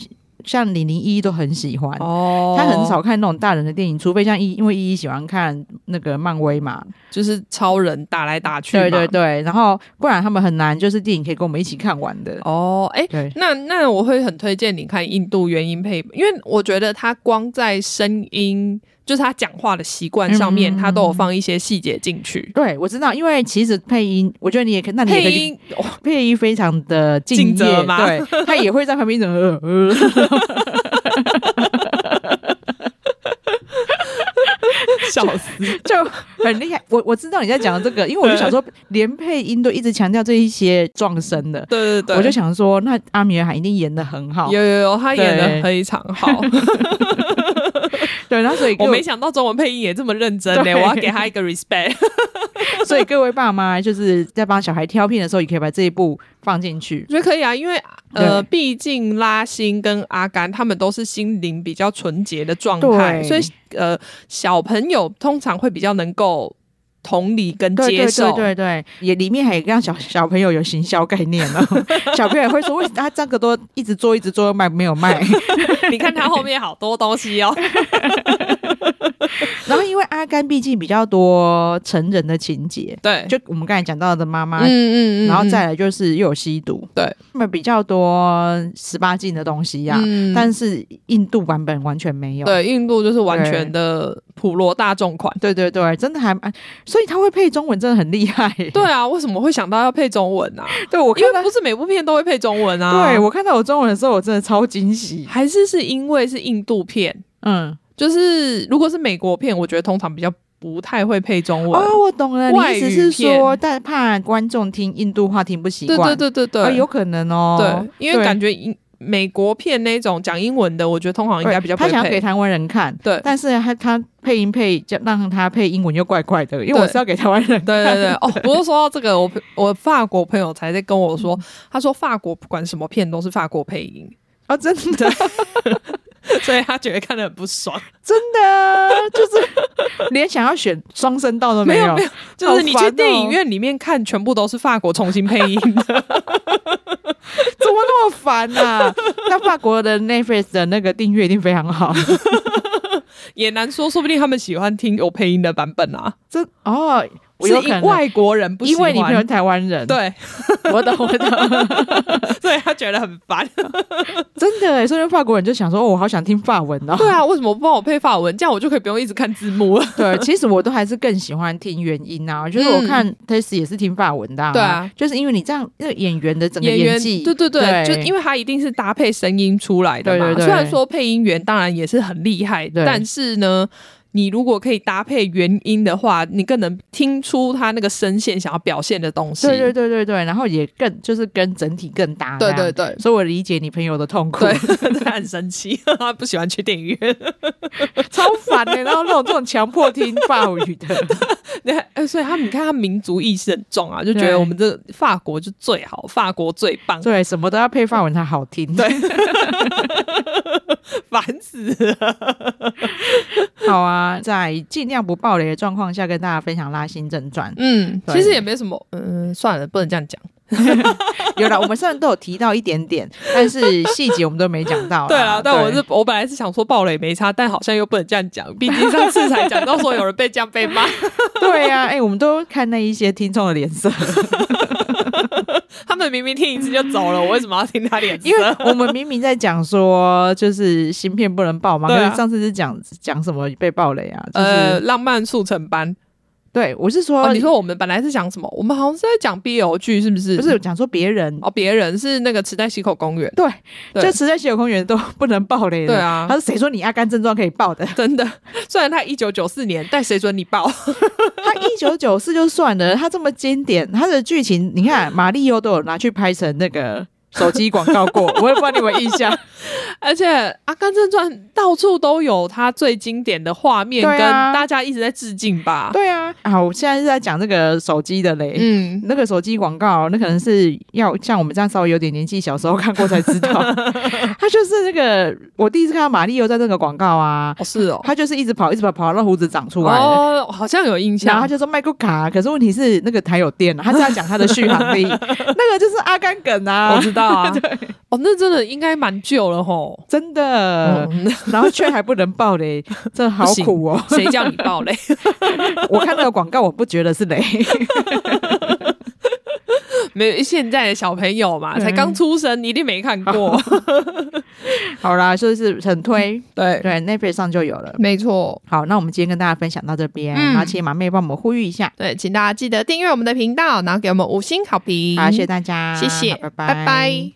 S2: 像李宁一都很喜欢。
S1: 哦，
S2: 他很少看那种大人的电影，除非像依，因为依依喜欢看那个漫威嘛，
S1: 就是超人打来打去嘛。
S2: 对对对，然后不然他们很难就是电影可以跟我们一起看完的。
S1: 哦，哎、
S2: 对，
S1: 那那我会很推荐你看印度原音配，因为我觉得他光在声音，就是他讲话的习惯上面，
S2: 嗯
S1: 他都有放一些细节进去。
S2: 对我知道，因为其实配音，我觉得你也可以，那你也可
S1: 配
S2: 以去
S1: 音，哦
S2: 配音非常的敬
S1: 尽责
S2: 业，
S1: 吗
S2: 对他也会在旁边一种呃呃，
S1: 笑死！
S2: 呃 就很厉害。我我知道你在讲这个，因为我就想说，连配音都一直强调这一些撞声的，
S1: 对对对，
S2: 我就想说，那阿米尔汗一定演的很好，
S1: 有有有，他演的
S2: 对
S1: 非常 好。
S2: 对，然后所以各
S1: 我
S2: 位
S1: 没想到中文配音也这么认真
S2: 对
S1: 嘞、我要给他一个 respect。
S2: 所以各位爸妈就是在帮小孩挑片的时候，也可以把这一部放进去
S1: 我。觉得可以啊，因为呃，
S2: 对
S1: 毕竟拉辛跟阿甘他们都是心灵比较纯洁的状态，
S2: 对
S1: 所以呃，小朋友通常会比较能够同理跟
S2: 对
S1: 接
S2: 对
S1: 受。
S2: 对对对，也里面还让小小朋友有行销概念哦， 小朋友也会说为什么他这个都一直做 一直做卖没有卖，
S1: 你看他后面好多东西哦。
S2: 然后因为阿甘毕竟比较多成人的情节，
S1: 对，
S2: 就我们刚才讲到的妈妈，
S1: 嗯
S2: 然后再来就是又有吸毒，
S1: 对，
S2: 那么比较多十八禁的东西呀、
S1: 嗯
S2: 但是印度版本完全没有。
S1: 对印度就是完全的普罗大众款。
S2: 对对对，真的还蛮，所以他会配中文真的很厉害。
S1: 对啊，为什么会想到要配中文啊？
S2: 对，我
S1: 因
S2: 看到
S1: 为不是每部片都会配中文啊。
S2: 对我看到有中文的时候，我真的超惊喜。
S1: 还是是因为是印度片，
S2: 嗯，
S1: 就是如果是美国片，我觉得通常比较不太会配中文。
S2: 哦，我懂了，
S1: 外
S2: 你意思是
S1: 语片
S2: 说，但怕观众听印度话听不习
S1: 对
S2: 惯，
S1: 对对对对，
S2: 啊有可能哦。
S1: 对，因为
S2: 对
S1: 感觉英美国片那种讲英文的，我觉得通常应该比较不
S2: 他
S1: 会
S2: 想要给
S1: 配。
S2: 台湾人看，
S1: 对
S2: 但是他他配音配就让他配英文又怪怪的，因为我
S1: 对
S2: 是要给台湾人看。
S1: 对对 对，哦，不过说到这个，我我法国朋友才在跟我说，他说法国不管什么片都是法国配音，
S2: 哦，真的
S1: 所以他觉得看得很不爽。
S2: 真的就是连想要选双声道都
S1: 没
S2: 有，
S1: 有没有，就是你
S2: 好烦
S1: 去
S2: 哦
S1: 电影院里面看，全部都是法国重新配音 的。
S2: 怎么那么烦呐、 那法国的 Netflix 的那个订阅一定非常好，
S1: 也难说，说不定他们喜欢听有配音的版本啊，
S2: 真哦，我
S1: 是
S2: 有可
S1: 以
S2: 能
S1: 外国人不喜
S2: 因为
S1: 欢。
S2: 你朋友是台湾人，，
S1: 对，
S2: 我懂我懂，
S1: 所以他觉得很烦。
S2: 真的耶，所以法国人就想说，哦，我好想听法文哦。
S1: 对啊，为什么不帮我配法文？这样我就可以不用一直看字幕了。
S2: 对，其实我都还是更喜欢听原音啊，就是我看 t e s t 也是听法文的、啊
S1: 嗯对啊，
S2: 就是因为你这样那个演员的整个
S1: 演员
S2: 技，
S1: 对对对，就因
S2: 为
S1: 为他一定是搭配声音出来的嘛。
S2: 对对对
S1: 虽然说配音员当然也是很厉害，
S2: 对
S1: 但是呢。你如果可以搭配原音的话，你更能听出他那个声线想要表现的东西。
S2: 对对对对对，然后也更就是跟整体更搭，
S1: 对对，对
S2: 所以我理解你朋友的痛苦，
S1: 对， 他很生气，他 不喜欢去电影院。
S2: 超烦的、然后那种这种强迫听法语的，
S1: 对，呃所以他们你看，他民族意识很重啊，就觉
S2: 对
S1: 得我们这法国就最好，法国最棒，
S2: 对，什么都要配法文才好听，
S1: 对 烦死了。
S2: 好啊，在尽量不暴雷的状况下，跟大家分享《拉新正传》。
S1: 嗯，
S2: 对
S1: 其实也没什么，嗯，算了，不能这样讲。
S2: 有了，我们虽然都有提到一点点，但是细节我们都没讲到啦。
S1: 对啊，但我
S2: 对
S1: 是我本来是想说暴雷没差，但好像又不能这样讲，毕竟上次才讲到说有人被这样被骂，
S2: 对呀、啊，哎、我们都看那一些听众的脸色，
S1: 他们明明听一次就走了，我为什么要听他脸色
S2: 因？为我们明明在讲说就是芯片不能爆嘛，
S1: 对啊
S2: 可是上次是讲讲什么被爆雷啊？就是、
S1: 呃，浪漫速成班
S2: 对，我是说、
S1: 哦，你说我们本来是讲什么？我们好像是在讲 BL 剧，是不是？
S2: 不是讲说别人。
S1: 哦，别人是那个池袋西口公园，
S2: 对，
S1: 对
S2: 就池在西有公园都 不能爆雷了。
S1: 对啊
S2: 他说谁说你阿甘症状可以爆 的？
S1: 真的。虽然他一九九四年，但谁准你 爆？
S2: 他一九九四就算了，他这么经典，他的剧情你 看，马里欧都有拿去拍成那个手机广告过，我也不知道你有没有印 象。
S1: 而且《阿甘正传》到处都有他最经典的画面，
S2: 对
S1: 跟
S2: 啊
S1: 大家一直在致敬吧。
S2: 对啊，啊，我现在是在讲那个手机的雷。
S1: 嗯，
S2: 那个手机广告，那可能是要像我们这样稍微有点年纪，小时候看过才知 道。他就是那个，我第一次看到马里欧在那个广告啊，
S1: 哦是哦，
S2: 他就是一直跑，一直跑，跑到胡子长出来了。
S1: 哦，好像有印
S2: 然后
S1: 象
S2: 他。就说卖过卡，可是问题是那个台有电啊，他是要讲他的续 航力，那个就是阿甘梗
S1: 我
S2: 啊，
S1: 知道 啊，哦，那真的应该蛮旧了吼。
S2: 真的。
S1: 嗯，
S2: 然后却还不能爆 雷，这好苦哦！
S1: 谁叫你爆雷？
S2: 我看那个广告，我不觉得是雷。
S1: 没有，现在的小朋友嘛，
S2: 对
S1: 才刚出生，你一定没看过。
S2: 好啦，就是很推，
S1: 对，
S2: 对，Netflix 上就有了。
S1: 没错。
S2: 好，那我们今天跟大家分享到这边，
S1: 嗯
S2: 然后请马妹帮我们呼吁一下，
S1: 对，请大家记得订阅我们的频道，然后给我们五星好评。
S2: 好，谢谢大家，
S1: 谢谢，
S2: 好拜
S1: 拜拜